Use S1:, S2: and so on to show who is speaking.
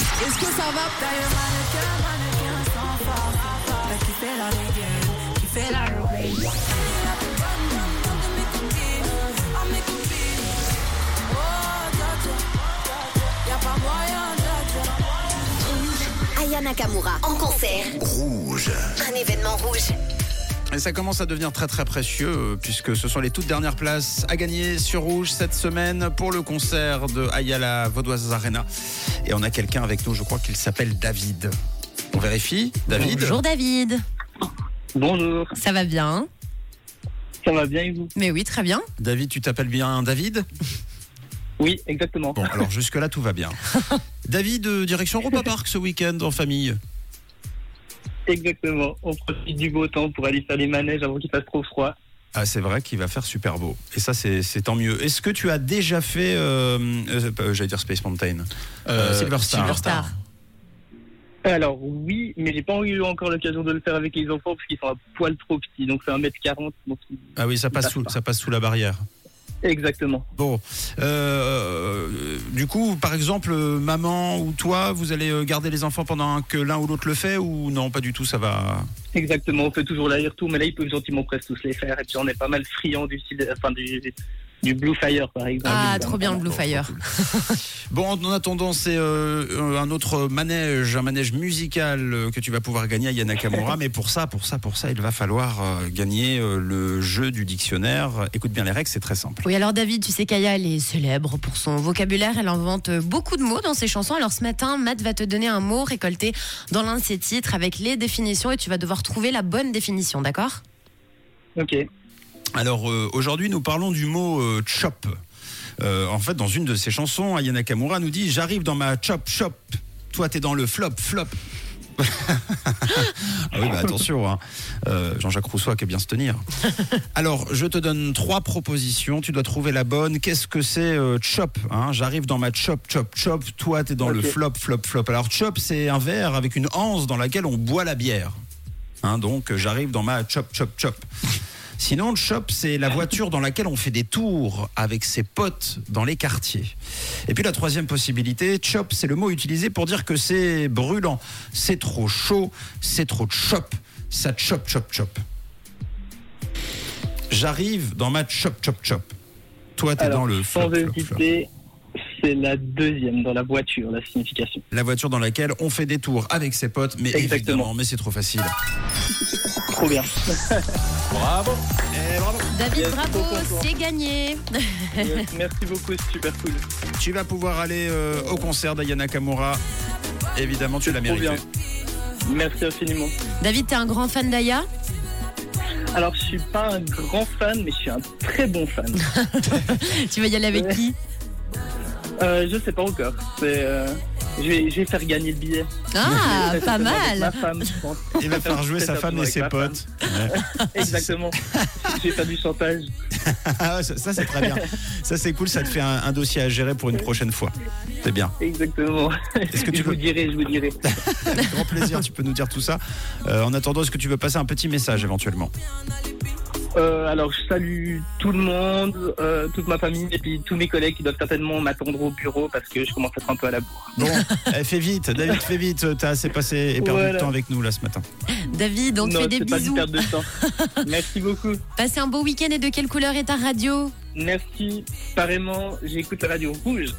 S1: ça va, t'as le mannequin, mannequin sans force. T'as kiffé la dégaine, kiffé la rouille.
S2: Aya Nakamura en concert.
S3: Rouge.
S2: Un événement rouge.
S3: Et ça commence à devenir très très précieux euh, puisque ce sont les toutes dernières places à gagner sur Rouge cette semaine pour le concert de Ayala Vaudoise Arena. Et on a quelqu'un avec nous, je crois qu'il s'appelle David. On vérifie David
S4: Bonjour David,
S5: Bonjour,
S4: ça va bien
S5: ça va bien et vous
S4: Mais oui, très bien.
S3: David, tu t'appelles bien David
S5: Oui, exactement.
S3: Bon, alors jusque-là tout va bien. David, euh, direction Europa Park ce week-end en famille.
S5: Exactement. On profite du beau temps pour aller faire des manèges avant qu'il fasse trop froid.
S3: Ah, c'est vrai qu'il va faire super beau. Et ça, c'est c'est tant mieux. Est-ce que tu as déjà fait, euh, euh, euh, j'allais dire Space Mountain, Euh, Silver Star.
S4: Silver Star.
S5: Alors oui, mais j'ai pas eu encore l'occasion de le faire avec les enfants parce qu'ils sont à poil trop petits, donc c'est 1m40. Donc...
S3: Ah oui, ça passe, sous, ça passe sous la barrière.
S5: Exactement.
S3: Bon, euh, euh, du coup, par exemple, euh, maman ou toi, vous allez euh, garder les enfants pendant que l'un ou l'autre le fait ou non, pas du tout, ça va.
S5: Exactement, on fait toujours l'aller-retour, mais là ils peuvent gentiment presque tous les faire. Et puis on est pas mal friands du, style- euh, enfin, du, du Blue Fire par exemple.
S4: Ah, trop bien le Blue Fire.
S3: Bon, en attendant, c'est euh, un autre manège, un manège musical euh, que tu vas pouvoir gagner à Yanakamura. Mais pour ça, pour ça, pour ça, il va falloir euh, gagner euh, le jeu du dictionnaire. Écoute bien les règles, c'est très simple.
S4: Oui, alors David, tu sais qu'Aya, elle est célèbre pour son vocabulaire. Elle invente euh, beaucoup de mots dans ses chansons. Alors ce matin, Matt va te donner un mot récolté dans l'un de ses titres avec les définitions et tu vas devoir trouver la bonne définition, d'accord
S5: Ok,
S3: Alors euh, aujourd'hui, nous parlons du mot euh, chop. Euh, en fait, dans une de ses chansons, Aya Nakamura nous dit J'arrive dans ma chop chop, toi t'es dans le flop flop. ah oui, bah attention, hein. Euh, Jean-Jacques Rousseau a qu'à bien se tenir. Alors, je te donne trois propositions, tu dois trouver la bonne. Qu'est-ce que c'est euh, chop hein J'arrive dans ma chop chop chop, toi t'es dans le
S5: Ok.
S3: flop flop flop. Alors, chop, c'est un verre avec une anse dans laquelle on boit la bière. Hein, donc, euh, j'arrive dans ma chop chop chop. Sinon, le shop, c'est la voiture dans laquelle on fait des tours avec ses potes dans les quartiers. Et puis la troisième possibilité, chop, c'est le mot utilisé pour dire que c'est brûlant, c'est trop chaud, c'est trop de chop, ça chop chop chop. J'arrive dans ma chop chop chop. Toi, t'es
S5: alors
S3: dans le
S5: sans
S3: flop, flop, flop.
S5: hésiter, c'est la deuxième dans la voiture, la signification.
S3: la voiture dans laquelle on fait des tours avec ses potes, mais
S5: Exactement.
S3: évidemment, mais c'est trop facile.
S5: Trop bien.
S3: Bravo, Eh, bravo.
S4: David,
S5: Yes,
S4: bravo,
S5: bon, bon, bon.
S4: c'est gagné.
S5: Yes, Merci beaucoup, c'est super cool.
S3: Tu vas pouvoir aller euh, au concert d'Ayana Kamura. Évidemment, tu l'as
S5: Trop
S3: mérité.
S5: bien. Merci infiniment.
S4: David, t'es un grand fan d'Aya
S5: Alors, je suis pas un grand fan, mais je suis un très bon fan.
S4: Tu vas y aller avec
S5: Ouais.
S4: qui
S5: Euh, je sais pas encore. C'est, euh, je, vais, je vais faire gagner le billet.
S4: Ah,
S5: Je vais
S4: pas
S5: faire avec
S4: mal
S5: Ma femme, je pense.
S3: Il va faire jouer
S5: Très
S3: sa femme et
S5: certainement avec
S3: ses
S5: ma
S3: potes.
S5: Exactement. je vais faire du chantage.
S3: Ah, ça, ça, c'est très bien. Ça c'est cool, ça te fait un, un dossier à gérer pour une prochaine fois. C'est bien.
S5: Exactement.
S3: Est-ce que tu
S5: je vous
S3: veux
S5: dirai, je vous dirai.
S3: avec grand plaisir, tu peux nous dire tout ça. Euh, en attendant, est-ce que tu veux passer un petit message éventuellement
S5: Euh, alors, je salue tout le monde, euh, toute ma famille et puis tous mes collègues qui doivent certainement m'attendre au bureau parce que je commence à être un peu à la bourre.
S3: Bon, eh, fais vite, David, fais vite. T'as assez passé et perdu
S5: Voilà.
S3: de temps avec nous là ce matin.
S4: David, on te
S5: non,
S4: fait des
S5: c'est pas une
S4: bisous.
S5: perte de temps. Merci beaucoup.
S4: Passez un beau week-end et de quelle couleur est ta radio
S5: Merci. Pareillement, j'écoute la radio rouge.